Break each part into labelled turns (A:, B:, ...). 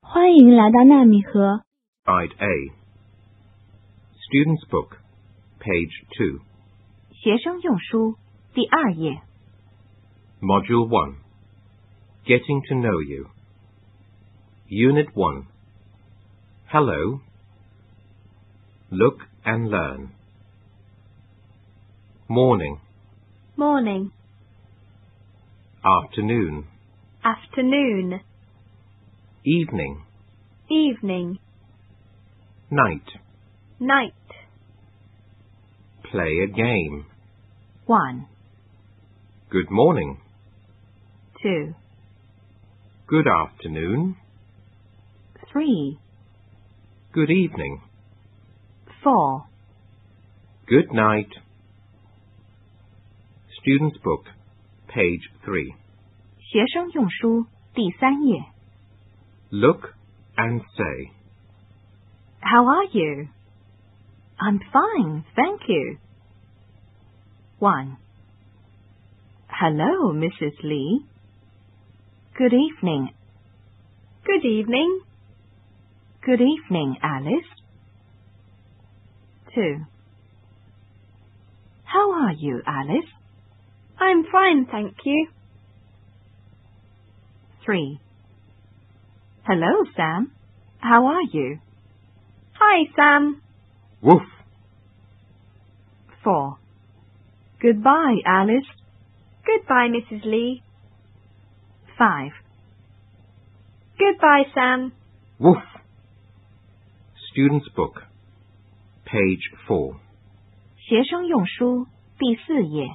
A: 欢迎来到纳米河。
B: Side A. Student's Book, page 2,
C: 学生用书第二页
B: Module 1. Getting to Know You. Unit 1. Hello. Look and learn. Morning,
D: Morning,
B: afternoon,
D: afternoon,
B: evening,
D: evening,
B: night.
D: night.
B: Play a game.
C: one
B: Good morning.
C: two
B: Good afternoon.
C: three
B: Good evening.
C: four
B: Good night. Student's Book, page 3.
C: 学生用书第三页
B: Look and say.
C: How are you? I'm fine, thank you. one Hello, Mrs. Lee. Good evening.
D: Good evening,
C: Good evening, Alice. two How are you, Alice?
D: I'm fine, thank you.
C: 3. Hello, Sam. How are you?
D: Hi, Sam.
B: Woof.
C: 4. Goodbye, Alice.
D: Goodbye, Mrs. Lee.
C: 5.
D: Goodbye, Sam.
B: Woof. Student's Book, page 4.
C: 学生用书第四页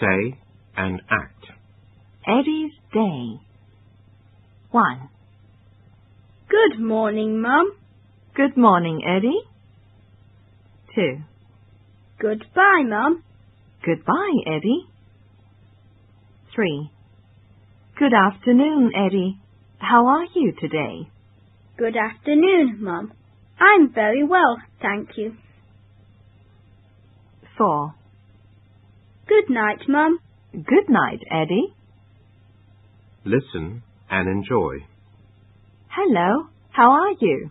B: Say and act.
C: Eddie's Day. 1.
D: Good morning, Mum.
C: Good morning, Eddie. 2.
D: Goodbye, Mum.
C: Goodbye, Eddie. 3. Good afternoon, Eddie. How are you today?
D: Good afternoon, Mum. I'm very well, thank you.
C: 4.
D: Good night, Mum.
C: Good night, Eddie.
B: Listen and enjoy.
C: Hello, how are you?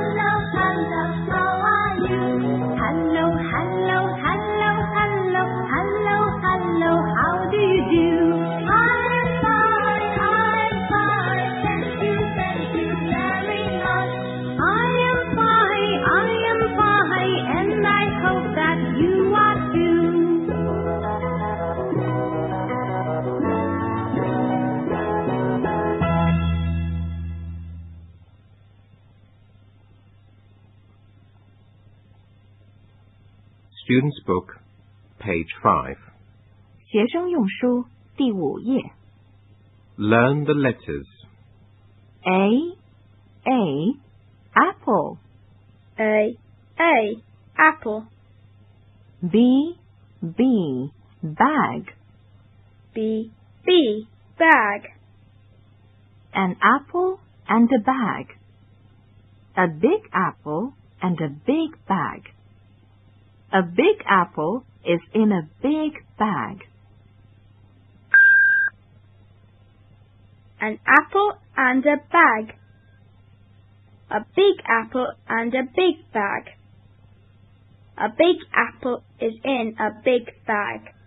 B: Student's Book, page 5.
C: 学生用书第五页
B: Learn the letters.
C: ，a a apple
D: A, A, apple.
C: b b bag
D: B, B, bag.
C: an apple and a bag a big apple and a big bag a big apple is in a big bag
D: an apple and a bag. A big apple and a big bag. A big apple is in a big bag.